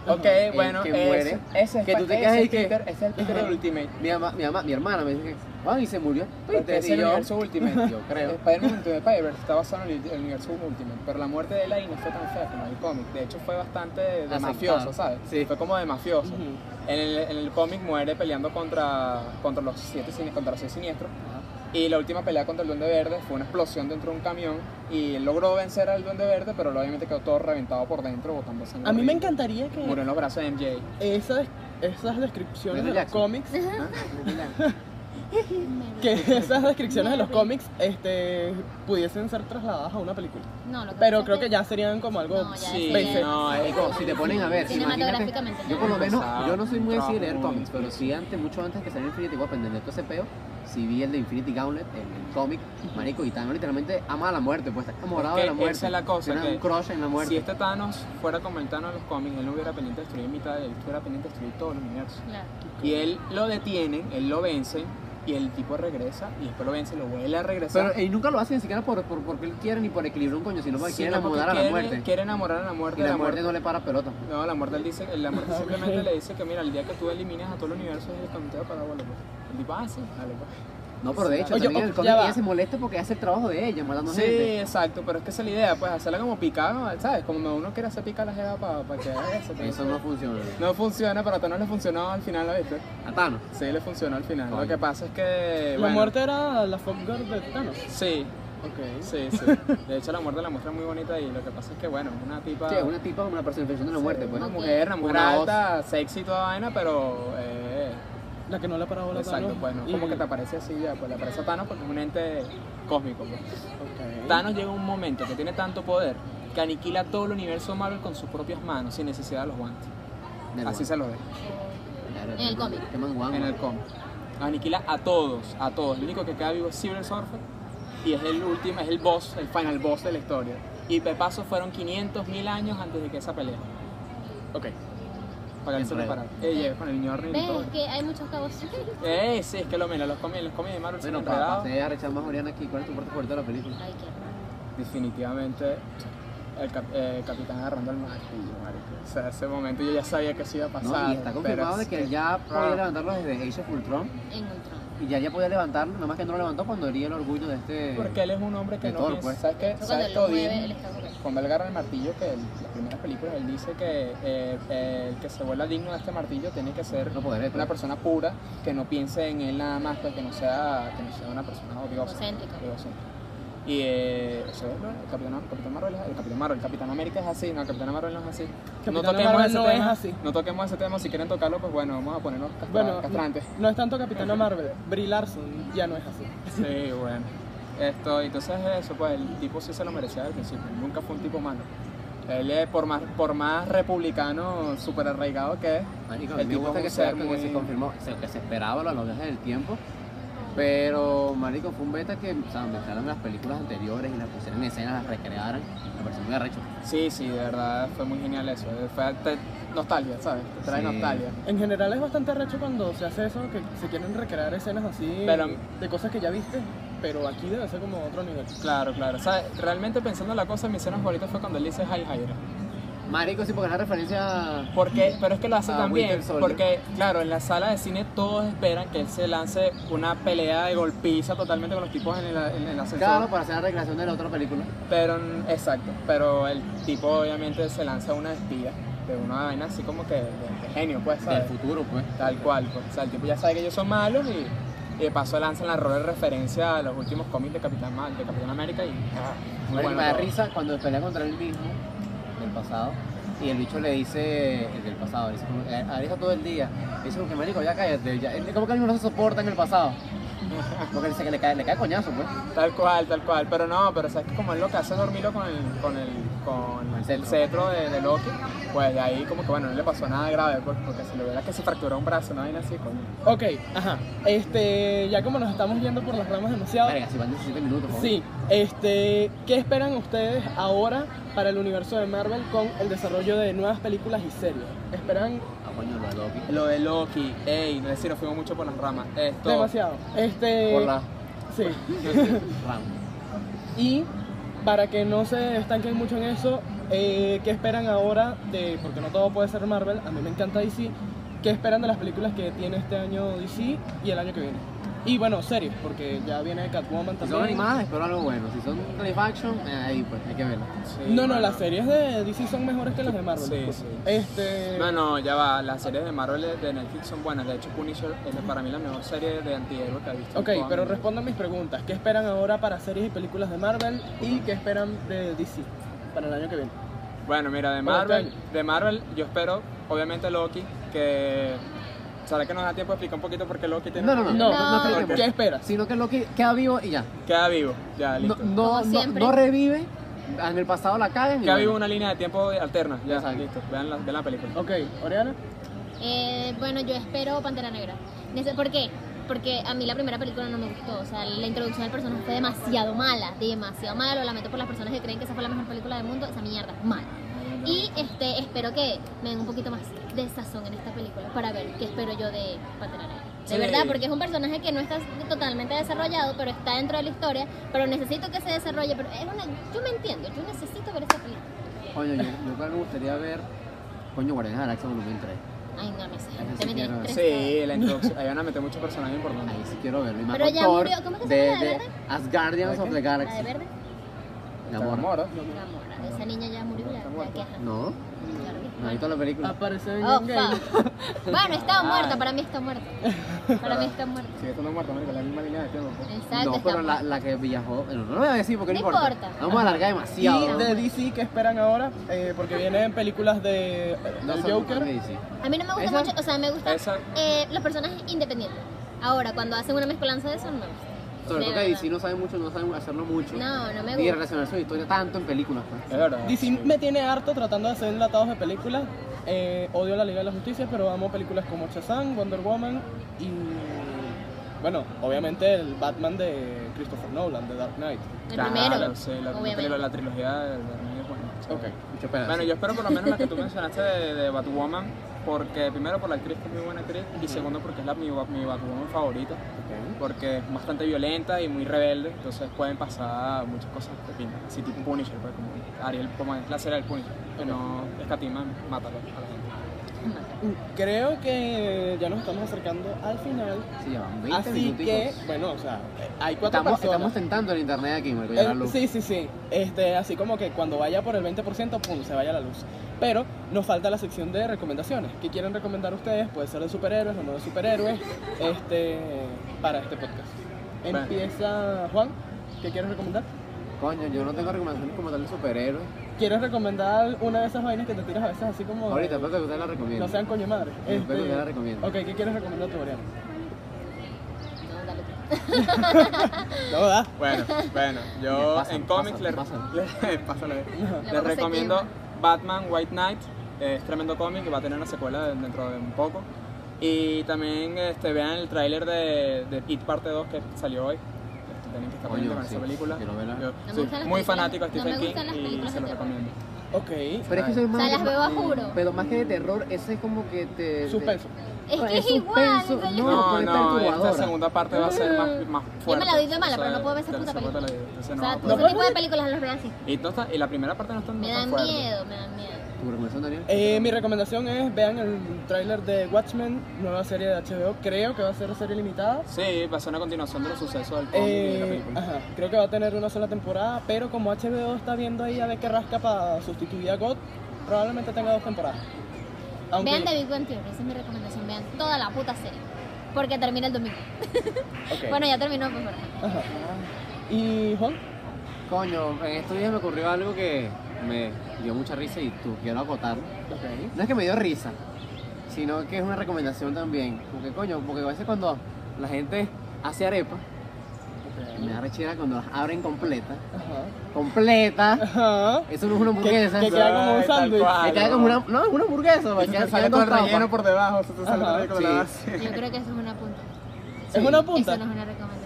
Speaker 2: Ok,
Speaker 4: el
Speaker 2: bueno,
Speaker 4: que
Speaker 2: ese-
Speaker 4: muere,
Speaker 2: ese es
Speaker 4: que tú te
Speaker 2: Spi-
Speaker 4: quedas
Speaker 2: ese
Speaker 4: ahí
Speaker 2: es
Speaker 4: que-
Speaker 2: Peter, ese es el Peter
Speaker 4: Ajá.
Speaker 2: del Ultimate.
Speaker 4: Mi, ama- mi, ama- mi hermana me dice que, Juan, y se murió.
Speaker 2: Porque es
Speaker 4: Y
Speaker 2: el
Speaker 4: yo,
Speaker 2: universo Ultimate.
Speaker 4: yo creo.
Speaker 2: Pues Spider-Man Into the Spider-Verse está basado en el el universo Ultimate, pero la muerte de Elaine no fue tan fea como en el cómic. De hecho, fue bastante de, de
Speaker 4: Aceptada.
Speaker 2: mafioso, ¿sabes?
Speaker 4: Sí.
Speaker 2: Fue como de mafioso.
Speaker 1: Ujú.
Speaker 2: En el, en el cómic muere peleando contra, contra, los siete, sini- contra los seis siniestros.
Speaker 4: "Ah,
Speaker 2: Y la última pelea contra el Duende Verde fue una explosión dentro de un camión. Y él logró vencer al Duende Verde, pero obviamente quedó todo reventado por dentro, botando sangre.
Speaker 1: A mí me
Speaker 2: horrible.
Speaker 1: encantaría que
Speaker 2: Murió en los brazos de MJ.
Speaker 1: esas, esas descripciones de
Speaker 4: Michael
Speaker 1: los
Speaker 4: Jackson.
Speaker 1: cómics,
Speaker 2: ¿Ah?
Speaker 1: que esas descripciones de los cómics este, pudiesen ser trasladadas a una película.
Speaker 3: no, lo que pasa
Speaker 1: Pero
Speaker 3: es
Speaker 1: creo que ya serían como algo
Speaker 3: No, ya
Speaker 2: Sí,
Speaker 1: basic.
Speaker 2: no, es
Speaker 4: Marico, si te ponen a ver, imagínate.
Speaker 3: Cinematográficamente.
Speaker 4: Yo por lo menos,
Speaker 2: Pesado,
Speaker 4: yo no soy muy así de leer
Speaker 2: trabajo
Speaker 4: cómics,
Speaker 2: muy
Speaker 4: pero sí antes, mucho antes que saliera Infinity War, pendiente de todo ese peo, sí vi el de Infinity Gauntlet, el, el cómic, marico, y Thanos literalmente ama a la muerte, pues está enamorado
Speaker 2: Es
Speaker 4: de
Speaker 2: que
Speaker 4: la muerte.
Speaker 2: esa es la cosa,
Speaker 4: Tiene
Speaker 2: que
Speaker 4: un crush en la
Speaker 2: Si
Speaker 4: muerte.
Speaker 2: este Thanos fuera como el Thanos de los cómics, él no hubiera pendiente de destruir mitad de él, estuviera pendiente de destruir todo el universo.
Speaker 3: Claro.
Speaker 2: Y él lo detienen, él lo vence, y el tipo regresa, y después lo vence, lo vuelve a regresar.
Speaker 4: Pero eh, y nunca lo hace ni siquiera por, por, porque él quiere ni por equilibrar un coño, sino porque
Speaker 2: Sino
Speaker 4: quiere
Speaker 2: porque
Speaker 4: enamorar a la
Speaker 2: quiere-
Speaker 4: muerte.
Speaker 2: Quiere enamorar a la muerte.
Speaker 4: Y la muerte no le para pelota.
Speaker 2: No, la muerte, él dice, la muerte simplemente le dice que mira, el día que tú elimines a todo el universo es el conteo para pues. El tipo, ah, sí, dale, pues.
Speaker 4: No, pero de hecho,
Speaker 1: Oye,
Speaker 4: también en
Speaker 1: oye,
Speaker 4: el
Speaker 1: ya
Speaker 4: cómic
Speaker 1: va.
Speaker 4: ella se molesta porque hace el trabajo de ella, matando
Speaker 2: Sí,
Speaker 4: gente.
Speaker 2: exacto, pero es que esa es la idea, pues hacerla como picada, ¿sabes? Como uno quiere hacer picar la jeva para que haga eso. pero
Speaker 4: Eso no funciona.
Speaker 2: No funciona, pero a Thanos le funcionó al final, ¿lo viste?
Speaker 4: A Thanos.
Speaker 2: Sí, le funcionó al final. Lo
Speaker 4: Coño.
Speaker 2: que pasa es que.
Speaker 1: La
Speaker 2: bueno,
Speaker 1: muerte era la folk girl de Thanos.
Speaker 2: Sí,
Speaker 1: Ok.
Speaker 2: sí, sí. De hecho, la muerte la muestra muy bonita y lo que pasa es que, bueno, es una tipa.
Speaker 4: Sí, es una tipa como una personificación de la muerte, pues.
Speaker 2: Una mujer, una mujer
Speaker 4: Una voz.
Speaker 2: alta, sexy y toda vaina, pero. Eh,
Speaker 1: La que no le paraba la
Speaker 2: exacto,
Speaker 1: Thanos.
Speaker 2: pues no.
Speaker 1: y-
Speaker 2: Como que te aparece así ya, pues le aparece a Thanos porque es un ente cósmico, pues.
Speaker 1: Ok.
Speaker 2: Thanos llega a un momento que tiene tanto poder que aniquila todo el universo Marvel con sus propias manos sin necesidad de los guantes.
Speaker 4: Del
Speaker 2: Así
Speaker 4: guante.
Speaker 2: se lo ve.
Speaker 4: Claro,
Speaker 3: En el cómic.
Speaker 4: Qué manguango.
Speaker 2: en el cómic. Aniquila a todos, a todos. El único que queda vivo es Silver Surfer y es el último, es el boss, el final boss de la historia. Y Pepaso fueron 500.000 años antes de que esa pelea.
Speaker 1: Ok.
Speaker 2: Para que él se
Speaker 4: Enredo.
Speaker 2: preparara. Eh, llega con el niño Rin y todo.
Speaker 3: Ves que hay muchos cabos.
Speaker 2: Eh, sí, es que lo mira, los cómics, los cómics de Marvel son
Speaker 4: Bueno, para
Speaker 2: enredados.
Speaker 4: hacer arrechar más Oriana aquí, ¿cuál es tu parte favorita de la película?
Speaker 3: Ay, qué
Speaker 2: Definitivamente el cap- eh, capitán agarrando el martillo, marico. sea, ese momento yo ya sabía que eso iba a
Speaker 4: ¿no?
Speaker 2: pasar.
Speaker 4: y está
Speaker 2: pero
Speaker 4: confirmado de
Speaker 2: es
Speaker 4: que él ya podía levantarlo desde Age of Ultron.
Speaker 3: en Ultron.
Speaker 4: Y ya, ya podía levantarlo, nada más que no lo levantó cuando hería el orgullo de este.
Speaker 2: Porque él es un hombre que
Speaker 4: de
Speaker 2: no
Speaker 4: Thor,
Speaker 2: piensa.
Speaker 4: pues.
Speaker 2: ¿Sabes qué?
Speaker 3: Eso cuando
Speaker 2: ¿Sabes
Speaker 3: él
Speaker 2: qué
Speaker 3: lo
Speaker 2: Odín?
Speaker 3: mueve, él está jugando.
Speaker 2: Cuando él agarra el martillo, que en las primeras películas él dice que eh, eh, el que se vuelva digno de este martillo tiene que ser
Speaker 4: No poder, pues.
Speaker 2: una persona pura, que no piense en él nada más, pues, que no sea, que no sea una persona odiosa.
Speaker 3: Egocéntrica.
Speaker 2: egocéntrica. Y eh, eso es, ¿no? el Capitán, el Capitán Marvel, es- el Capitán Marvel, el Capitán América es así, no, el Capitán Marvel no es así. no
Speaker 1: Capitán
Speaker 2: toquemos
Speaker 1: Marvel
Speaker 2: ese
Speaker 1: no
Speaker 2: tema,
Speaker 1: es así.
Speaker 2: No toquemos ese tema, si quieren tocarlo, pues bueno, vamos a ponernos castra-
Speaker 1: Bueno,
Speaker 2: castrantes.
Speaker 1: no es tanto Capitana Marvel, Brie Larson ya no es así.
Speaker 2: Sí, bueno. Esto, entonces eso, pues el tipo sí se lo merecía al principio, nunca fue un tipo malo. Él es, por más, por más republicano, súper arraigado que es,
Speaker 4: Marico,
Speaker 2: El
Speaker 4: el me
Speaker 2: tipo
Speaker 4: gusta
Speaker 2: es
Speaker 4: que
Speaker 2: un
Speaker 4: se,
Speaker 2: ser
Speaker 4: que
Speaker 2: muy-
Speaker 4: se confirmó, se- que se esperaba la novedad del tiempo. Pero, marico, fue un beta que, o sea, mezclaron las películas anteriores y las pusieron en escena, las recrearon. Me pareció muy arrecho.
Speaker 2: sí, sí, de verdad fue muy genial eso. eh, Fue te- nostalgia, ¿sabes? Te trae
Speaker 4: Sí.
Speaker 2: nostalgia.
Speaker 1: En general es bastante arrecho cuando se hace eso, que se quieren recrear escenas así
Speaker 2: Pero-
Speaker 1: de cosas que ya viste, pero aquí debe ser como otro nivel.
Speaker 2: Claro, claro. ¿Sabes? Realmente pensando en la cosa, mi escena favorita fue cuando él dice Hi Hydra.
Speaker 4: Marico, sí, porque es una referencia. a-
Speaker 2: Porque, pero es que lo hace
Speaker 4: Ah,
Speaker 2: también,
Speaker 4: Winter Soldier.
Speaker 2: porque claro, en la sala de cine todos esperan que él se lance una pelea de golpiza totalmente con los tipos en el, en el ascensor.
Speaker 4: Claro, para hacer la recreación de la otra película.
Speaker 2: Pero, mm, exacto, pero el tipo obviamente se lanza una espía de una vaina así como que de, de genio, pues,
Speaker 4: Del
Speaker 2: ¿sabes?
Speaker 4: futuro, pues.
Speaker 2: Tal cual, pues. O sea, el tipo ya sabe que ellos son malos y, y de paso lanzan la rola de referencia a los últimos cómics de Capitán, Ma- de Capitán América y. ah, muy
Speaker 4: Marico,
Speaker 2: bueno
Speaker 4: me da
Speaker 2: todo.
Speaker 4: risa cuando pelea contra él mismo, del pasado, y el bicho le dice, el del pasado, le dice como, "Eh, "Ariza todo el día. Le dice como que, marico, ya cállate, ya. Él- Como que él no se soporta en el pasado. Porque dice que le cae, le cae coñazo, pues.
Speaker 2: Tal cual, tal cual. Pero no, pero sabes que como él lo que hace es dormirlo con el, con el, con el
Speaker 4: El
Speaker 2: cetro,
Speaker 4: cetro.
Speaker 2: de, de Loki, pues de ahí como que bueno, no le pasó nada grave, pues, porque si lo hubiera que se fracturó un brazo, una vaina así, coño.
Speaker 1: Ok, ajá. Este, ya como nos estamos yendo por las ramas demasiado,
Speaker 4: Verga, si van 17 minutos, por favor.
Speaker 1: Sí, este, ¿qué esperan ustedes ahora para el universo de Marvel con el desarrollo de nuevas películas y series? ¿Esperan
Speaker 4: Ah, coño, lo de Loki.
Speaker 2: Lo de Loki, ey, es decir, nos fuimos mucho por las ramas. Esto,
Speaker 1: demasiado? Este,
Speaker 4: Por la
Speaker 1: Sí.
Speaker 4: RAM.
Speaker 1: Y para que no se estanquen mucho en eso, eh, ¿qué esperan ahora de, porque no todo puede ser Marvel, a mí me encanta DC, ¿qué esperan de las películas que tiene este año DC y el año que viene? Y bueno, series, porque ya viene Catwoman
Speaker 4: Si son
Speaker 1: también.
Speaker 4: animadas, espero algo bueno. Si son live action, eh, ahí pues, hay que verlo.
Speaker 2: sí,
Speaker 1: No, no,
Speaker 2: bueno.
Speaker 1: las series de DC son mejores que las de Marvel.
Speaker 2: Sí, sí.
Speaker 1: Este...
Speaker 2: No, no, ya va, las series de Marvel de Netflix son buenas. De hecho, Punisher es la- para mí la mejor serie de antihéroe que he visto. en
Speaker 1: Ok,
Speaker 2: toda mi
Speaker 1: pero
Speaker 2: vida.
Speaker 1: respondan mis preguntas. ¿Qué esperan ahora para series y películas de Marvel y qué esperan de DC para el año que viene?
Speaker 2: Bueno, mira, de
Speaker 1: Bueno,
Speaker 2: Marvel,
Speaker 1: está
Speaker 2: de Marvel yo espero, obviamente, Loki, que. ¿Será que nos da tiempo de explicar un poquito por qué Loki tiene
Speaker 4: No, no, no,
Speaker 1: No,
Speaker 4: no,
Speaker 3: no,
Speaker 4: expliquemos.
Speaker 1: ¿Qué esperas?
Speaker 4: Sino que Loki queda vivo y ya.
Speaker 2: Queda vivo, ya,
Speaker 4: No,
Speaker 2: Ah, listo.
Speaker 4: no,
Speaker 3: Como
Speaker 4: no,
Speaker 3: siempre.
Speaker 4: no revive, en el pasado la cagan y
Speaker 2: Queda
Speaker 4: bueno.
Speaker 2: vivo una línea de tiempo alterna, ya,
Speaker 4: Exacto.
Speaker 2: listo. Vean la, vean la película.
Speaker 1: Ok, Oriana.
Speaker 3: Eh, bueno, yo espero Pantera Negra. No sé, ¿Por qué? Porque a mí la primera película no me gustó. O sea, la introducción al personaje fue demasiado mala. Demasiado mala. Lo lamento por las personas que creen que esa fue la mejor película del mundo. Esa mierda es mala. Y este, espero que me den un poquito más de sazón en esta película para ver qué espero yo de Pantera Negra. De
Speaker 2: Sí.
Speaker 3: verdad, porque es un personaje que no está totalmente desarrollado, pero está dentro de la historia. Pero necesito que se desarrolle. Pero es una, yo me entiendo, yo necesito ver esa película.
Speaker 4: Coño, yo, yo igual me gustaría ver. Coño, Guardianes de la Galaxia Volumen 3.
Speaker 3: Ay, no, no sé.
Speaker 4: Ay, no
Speaker 3: Te
Speaker 4: sé qué
Speaker 3: me tienes
Speaker 4: era.
Speaker 2: Sí,
Speaker 3: estresada.
Speaker 2: la introducción. Ahí van a meter muchos personajes importantes.
Speaker 4: Ahí sí quiero verlo. Y más
Speaker 3: Pero
Speaker 4: con
Speaker 3: ya
Speaker 4: Thor
Speaker 3: murió. ¿Cómo que se
Speaker 4: de,
Speaker 3: llama la
Speaker 4: de
Speaker 3: verde?
Speaker 4: As Guardians
Speaker 2: ¿La de
Speaker 4: of the
Speaker 2: qué?
Speaker 3: ¿La de
Speaker 4: Galaxy.
Speaker 3: verde?
Speaker 4: La
Speaker 2: Está
Speaker 4: mora.
Speaker 2: Gamora.
Speaker 3: La mora, esa niña ya murió, la, la queja.
Speaker 4: No,
Speaker 3: Claro que
Speaker 4: no he visto
Speaker 3: no.
Speaker 4: la película.
Speaker 1: Aparece en
Speaker 3: Oh,
Speaker 1: Endgame.
Speaker 3: fuck. Bueno, estaba muerta, para mí está muerta. Para mí está muerta.
Speaker 2: Sigue estando muerto, marico, la misma línea de tiempo. pues.
Speaker 3: Exacto,
Speaker 4: no,
Speaker 3: está
Speaker 4: pero la,
Speaker 3: muerta.
Speaker 4: la que viajó. No, no lo voy a decir porque no,
Speaker 3: No importa.
Speaker 4: Vamos a alargar
Speaker 1: Y
Speaker 4: demasiado.
Speaker 1: de DC, ¿qué esperan ahora? Eh, porque vienen películas de
Speaker 4: No
Speaker 1: del
Speaker 4: sé, no me
Speaker 1: Joker.
Speaker 4: dice.
Speaker 3: A mí no me gusta
Speaker 4: ¿Esa?
Speaker 3: mucho, o sea, me gustan
Speaker 2: Esa-
Speaker 3: eh, los personajes independientes. Ahora, cuando hacen una mezcolanza de eso, no me gusta.
Speaker 4: Sobre
Speaker 3: De
Speaker 4: todo que
Speaker 3: verdad.
Speaker 4: DC no sabe mucho, no sabe hacerlo mucho.
Speaker 3: No, no me
Speaker 4: Ni
Speaker 3: gusta.
Speaker 4: relacionar su historia tanto en películas. pues.
Speaker 2: Es verdad.
Speaker 1: DC
Speaker 2: sí.
Speaker 1: me tiene harto tratando de hacer enlatados de películas. Eh, odio la Liga de la Justicia, pero amo películas como Shazam, Wonder Woman y... Bueno, obviamente el Batman de Christopher Nolan, de Dark Knight.
Speaker 3: El
Speaker 2: Claro,
Speaker 3: primero,
Speaker 2: sí, la,
Speaker 3: obviamente.
Speaker 2: la, la trilogía de de Ramírez, bueno, sí.
Speaker 1: Ok.
Speaker 4: Mucho pedazo.
Speaker 2: Bueno, yo espero por lo menos la que tú mencionaste de, de Batwoman, porque primero por la actriz que es muy buena actriz y segundo porque es la, mi, Bat- mi Batwoman favorita,
Speaker 4: Ok.
Speaker 2: porque es bastante violenta y muy rebelde, entonces pueden pasar muchas cosas que opinan, así tipo Punisher, pues, como Ariel, como es la serie del Punisher. que no escatiman, mátalo a la gente.
Speaker 1: Creo que ya nos estamos acercando al final.
Speaker 4: Sí, llevan 20
Speaker 1: Así
Speaker 4: minuticos.
Speaker 1: que, bueno, o sea, hay cuatro
Speaker 4: pues, estamos, estamos
Speaker 1: personas.
Speaker 4: tentando el internet aquí, Marco, ya
Speaker 1: Eh,
Speaker 4: la luz.
Speaker 1: sí, sí, sí. Este, así como que cuando vaya por el 20%, pum, se vaya la luz. Pero nos falta la sección de recomendaciones. ¿Qué quieren recomendar ustedes? Puede ser de superhéroes o no de superhéroes este, para este podcast.
Speaker 2: Bueno.
Speaker 1: Empieza Juan. ¿Qué quieres recomendar?
Speaker 4: Coño, yo no tengo recomendaciones como tal de superhéroes.
Speaker 1: ¿Quieres recomendar una de esas vainas que te tiras a veces así como... de-
Speaker 4: Ahorita, espero que ustedes la recomiendo.
Speaker 1: No sean coño madre. Este,
Speaker 4: Espero que ustedes la recomienden.
Speaker 1: Ok, ¿qué quieres recomendar tú, Mariano?
Speaker 3: No, dale tú.
Speaker 1: No, da.
Speaker 2: Bueno, bueno,
Speaker 4: Mira,
Speaker 2: yo
Speaker 4: pásalo,
Speaker 2: en cómics
Speaker 4: pásalo,
Speaker 2: le,
Speaker 4: pásalo.
Speaker 2: le- pásalo, eh.
Speaker 3: La
Speaker 2: Le
Speaker 3: boca se
Speaker 2: recomiendo
Speaker 3: quema.
Speaker 2: Batman White Knight, eh, es tremendo cómic, va a tener una secuela de- dentro de un poco. Y también este, vean el tráiler de, de It Parte 2 que salió hoy. Este, Tienen que estar
Speaker 4: Coño,
Speaker 2: pendientes con
Speaker 4: sí,
Speaker 2: esa película.
Speaker 4: quiero verla.
Speaker 2: Yo
Speaker 4: No
Speaker 3: me
Speaker 2: soy
Speaker 3: gustan las
Speaker 2: muy
Speaker 3: películas-
Speaker 2: fanático de
Speaker 3: no me
Speaker 2: Stephen King
Speaker 3: gustan las
Speaker 2: y
Speaker 3: películas
Speaker 2: se
Speaker 3: de
Speaker 2: los
Speaker 3: terror.
Speaker 2: recomiendo.
Speaker 1: Ok.
Speaker 4: Pero es que soy
Speaker 3: O sea, las veo a juro.
Speaker 4: Pero más que de terror, ese es como que te. te-
Speaker 1: Suspenso.
Speaker 3: Es
Speaker 4: No,
Speaker 3: que
Speaker 4: es
Speaker 3: es igual.
Speaker 4: suspenso,
Speaker 3: es-
Speaker 4: no, pero
Speaker 2: No,
Speaker 4: es
Speaker 2: no, esta
Speaker 4: perturbadora.
Speaker 2: segunda parte va a ser más, más fuerte.
Speaker 3: Mm. Yo me la doy de mala,
Speaker 2: O sea,
Speaker 3: pero no puedo ver esa
Speaker 2: de la
Speaker 3: puta
Speaker 2: segunda
Speaker 3: película.
Speaker 2: la- entonces
Speaker 3: O
Speaker 2: no
Speaker 3: sea,
Speaker 2: va a
Speaker 3: todo
Speaker 2: poder.
Speaker 3: ese tipo de películas las veo así.
Speaker 2: Y, no está- y la primera parte no está no
Speaker 3: Me
Speaker 2: está
Speaker 3: dan
Speaker 2: fuerte.
Speaker 3: miedo, me dan miedo.
Speaker 4: ¿Tu recomendación, Daniel?
Speaker 1: Eh, mi recomendación es vean el tráiler de Watchmen, nueva serie de HBO. Creo que va a ser serie limitada.
Speaker 2: Sí, va a ser una continuación de los sucesos del cómic y de Oh, la
Speaker 1: Eh,
Speaker 2: película.
Speaker 1: ajá, creo que va a tener una sola temporada, pero como HBO está viendo ahí a ver qué rasca para sustituir a God, probablemente tenga dos temporadas. Aunque-
Speaker 3: Vean The Big Bang Theory, esa es mi recomendación. Vean toda la puta serie. Porque termina el domingo.
Speaker 1: ok.
Speaker 3: Bueno, ya terminó, pues, ¿verdad?
Speaker 1: Ajá.
Speaker 2: Ah.
Speaker 1: ¿Y Juan?
Speaker 4: Coño, en estos días me ocurrió algo que me dio mucha risa y tú quiero acotarlo. No es que me dio risa, sino que es una recomendación también. Porque coño, porque a veces cuando la gente hace arepa, me da rechera cuando las abren completa.
Speaker 1: Ajá.
Speaker 4: ¡Completa!
Speaker 1: Ajá.
Speaker 4: Eso no es una
Speaker 1: Que-
Speaker 4: hamburguesa.
Speaker 1: que queda como un
Speaker 2: Ay, tal
Speaker 1: sándwich.
Speaker 2: cual.
Speaker 4: Me queda como una, no, es una hamburguesa. me
Speaker 2: Y se
Speaker 4: queda-
Speaker 2: te sale
Speaker 4: quedan
Speaker 2: todo
Speaker 4: dos
Speaker 2: el
Speaker 4: tapas.
Speaker 2: relleno por debajo, se te sale
Speaker 1: Ajá,
Speaker 2: todo con
Speaker 4: sí.
Speaker 2: la base.
Speaker 3: Yo creo que eso es una punta.
Speaker 1: Es una punta.
Speaker 3: Eso no es una recomendación.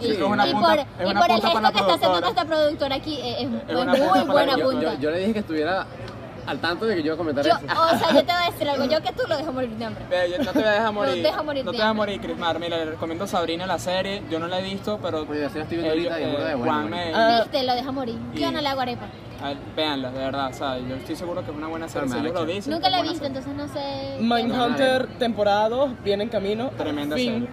Speaker 4: Sí, es
Speaker 2: una
Speaker 3: y
Speaker 2: punta-
Speaker 3: por,
Speaker 2: es
Speaker 3: y
Speaker 2: una
Speaker 3: por el
Speaker 2: punta para
Speaker 3: gesto
Speaker 2: la
Speaker 3: que está haciendo
Speaker 2: productora.
Speaker 3: nuestra productora aquí, eh, es, muy
Speaker 2: una punta
Speaker 3: muy
Speaker 2: para
Speaker 3: buena
Speaker 2: la-
Speaker 4: Yo-
Speaker 3: punta.
Speaker 4: Yo, yo le dije que estuviera al tanto de que yo iba a comentar
Speaker 3: Yo- oh.
Speaker 4: eso.
Speaker 3: o sea, yo te voy a decir algo. Yo que tú lo dejo morir de hambre.
Speaker 2: Pero yo- no te voy a dejar
Speaker 3: No
Speaker 2: morir.
Speaker 3: te deja morir
Speaker 2: No te
Speaker 3: de
Speaker 2: deja
Speaker 3: hambre.
Speaker 2: morir, Chris Mar. Mira, le recomiendo Sabrina la serie. Yo no la he visto, pero.
Speaker 4: Oye, así la estoy viendo
Speaker 2: ellos-
Speaker 4: ahorita y es burda de
Speaker 2: eh,
Speaker 4: buena,
Speaker 2: Juan
Speaker 4: marico.
Speaker 2: me-
Speaker 1: Ah.
Speaker 3: Viste, lo deja morir. Yo
Speaker 2: Y-
Speaker 3: no le hago arepa.
Speaker 2: a ver, Véanla, de verdad. O sea, yo estoy seguro que es una buena
Speaker 4: Pero me
Speaker 2: serie. Si
Speaker 4: da
Speaker 2: ellos lo
Speaker 4: rechera.
Speaker 2: dicen.
Speaker 3: Nunca
Speaker 2: es
Speaker 3: la he
Speaker 2: buena
Speaker 3: visto,
Speaker 2: serie.
Speaker 3: entonces no sé.
Speaker 1: Mindhunter, temporada 2, viene en camino.
Speaker 2: Tremenda
Speaker 1: Fin.
Speaker 2: serie.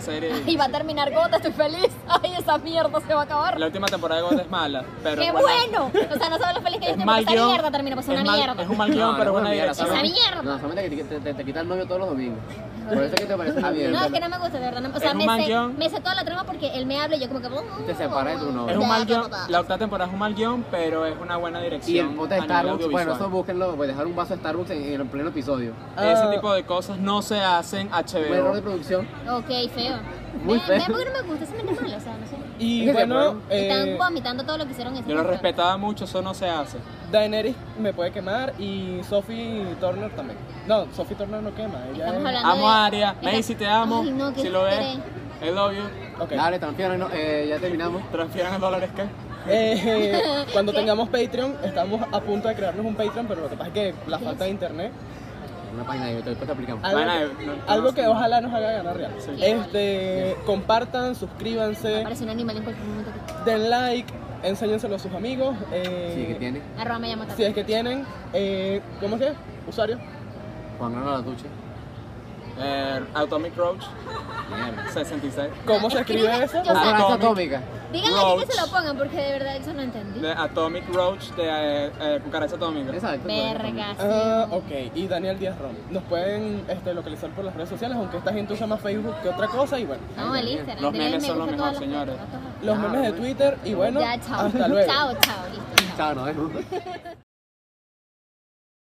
Speaker 2: serie.
Speaker 3: Y va a terminar gota, estoy feliz. Ay, esa mierda se va a acabar.
Speaker 2: La última temporada de God es mala. Pero
Speaker 3: ¡Qué
Speaker 2: es buena.
Speaker 3: bueno! O sea, no sabes lo feliz que yo
Speaker 2: Es
Speaker 3: estoy.
Speaker 2: mal
Speaker 3: porque Esa
Speaker 2: guión.
Speaker 3: mierda termina, pues es una
Speaker 2: mal-
Speaker 3: mierda.
Speaker 2: Es un mal
Speaker 4: No,
Speaker 2: guión,
Speaker 4: no
Speaker 2: pero
Speaker 4: es
Speaker 2: buena
Speaker 4: una mierda,
Speaker 2: dirección.
Speaker 3: Esa
Speaker 4: ¿sabes?
Speaker 3: mierda.
Speaker 4: No, solamente que te, te- te- te quita el novio todos los domingos. Por eso es que te parece una
Speaker 3: No,
Speaker 4: mierda.
Speaker 3: es que no me gusta, de verdad. no- O
Speaker 2: Es
Speaker 3: sea,
Speaker 2: un
Speaker 3: me
Speaker 2: mal
Speaker 3: sé,
Speaker 2: guión.
Speaker 3: me sé toda la trama porque él me habla y yo como que... "Oh,
Speaker 4: Te separa de tu novio.
Speaker 2: Es un
Speaker 3: Ya, ya,
Speaker 2: mal guión.
Speaker 3: ya.
Speaker 2: La octava temporada es un mal guión, pero es una buena dirección.
Speaker 4: Y el pote
Speaker 2: a
Speaker 4: de
Speaker 2: nivel
Speaker 4: Starbucks,
Speaker 2: audiovisual.
Speaker 4: bueno, eso búsquenlo, pues dejar un vaso de Starbucks en, en el pleno episodio.
Speaker 1: Ah.
Speaker 2: Ese tipo de cosas no se hacen
Speaker 4: Un error de
Speaker 2: HBO.
Speaker 4: producción.
Speaker 3: Ok, feo.
Speaker 4: Muy
Speaker 3: Vean- vean
Speaker 4: feo.
Speaker 3: por qué no me gusta, se me entiende mal, o sea, no sé.
Speaker 1: Y
Speaker 4: Es que se
Speaker 1: bueno,
Speaker 4: fueron.
Speaker 1: eh,
Speaker 3: Están vomitando todo lo que hicieron en
Speaker 2: Yo lo respetaba mucho, eso no se hace.
Speaker 1: Daenerys me puede quemar y Sophie Turner también. No, Sophie Turner no quema. Ella
Speaker 3: Estamos
Speaker 1: es...
Speaker 3: hablando-
Speaker 2: Amo
Speaker 3: de-
Speaker 2: a Aria, Macy te amo,
Speaker 3: Ay, no, qué
Speaker 2: si lo ves, I love you,
Speaker 1: Ok.
Speaker 4: Dale, transfieren, no, eh, ya terminamos.
Speaker 2: transfieran el dólares que.
Speaker 1: Eh, cuando tengamos Patreon, estamos a punto de crearnos un Patreon, pero lo que pasa es que la falta de internet.
Speaker 4: Una página de YouTube, después te aplicamos.
Speaker 1: Algo,
Speaker 2: Bueno,
Speaker 1: que-
Speaker 2: no- no-
Speaker 1: algo que
Speaker 2: no.
Speaker 1: ojalá nos haga ganar real.
Speaker 2: Sí.
Speaker 1: Este, compartan, suscríbanse,
Speaker 3: Aparece un animal en cualquier momento. aquí.
Speaker 1: den like, enséñenselo a sus amigos. eh,
Speaker 4: Sí, que tiene.
Speaker 3: Arroba me llama
Speaker 1: Si
Speaker 3: también.
Speaker 1: es que tienen, eh, ¿cómo es que? es? Usuario.
Speaker 4: Juan Grano a la ducha.
Speaker 2: Eh, Atomic Roach
Speaker 4: Mierda.
Speaker 2: 66.
Speaker 1: ¿Cómo se
Speaker 3: Escribe-
Speaker 1: escribe eso?
Speaker 3: yo sé.
Speaker 4: Una frase
Speaker 2: Atómica.
Speaker 4: atómica.
Speaker 3: Díganle aquí que
Speaker 2: Roach.
Speaker 3: se lo pongan porque de verdad eso no entendí.
Speaker 2: De Atomic Roach de eh, eh, Cucaracha Atómica.
Speaker 4: Exacto.
Speaker 3: Verga,
Speaker 1: Ah,
Speaker 3: sí.
Speaker 1: ok. Y Daniel Díaz Ron. Nos pueden este, localizar por las redes sociales, aunque esta gente usa más Facebook que otra cosa. Y bueno,
Speaker 2: Ah,
Speaker 3: No, el Instagram.
Speaker 2: Los
Speaker 3: Denle
Speaker 2: memes
Speaker 3: me
Speaker 2: son los
Speaker 3: gusta a todas las
Speaker 2: mejores, señores.
Speaker 3: fotos, a todas.
Speaker 1: los
Speaker 4: Ah,
Speaker 1: memes de
Speaker 4: bueno.
Speaker 1: Twitter. Y bueno,
Speaker 3: Ya, chao.
Speaker 1: hasta luego.
Speaker 3: Chao, chao, listo.
Speaker 4: Chao,
Speaker 3: chao.
Speaker 4: nos vemos.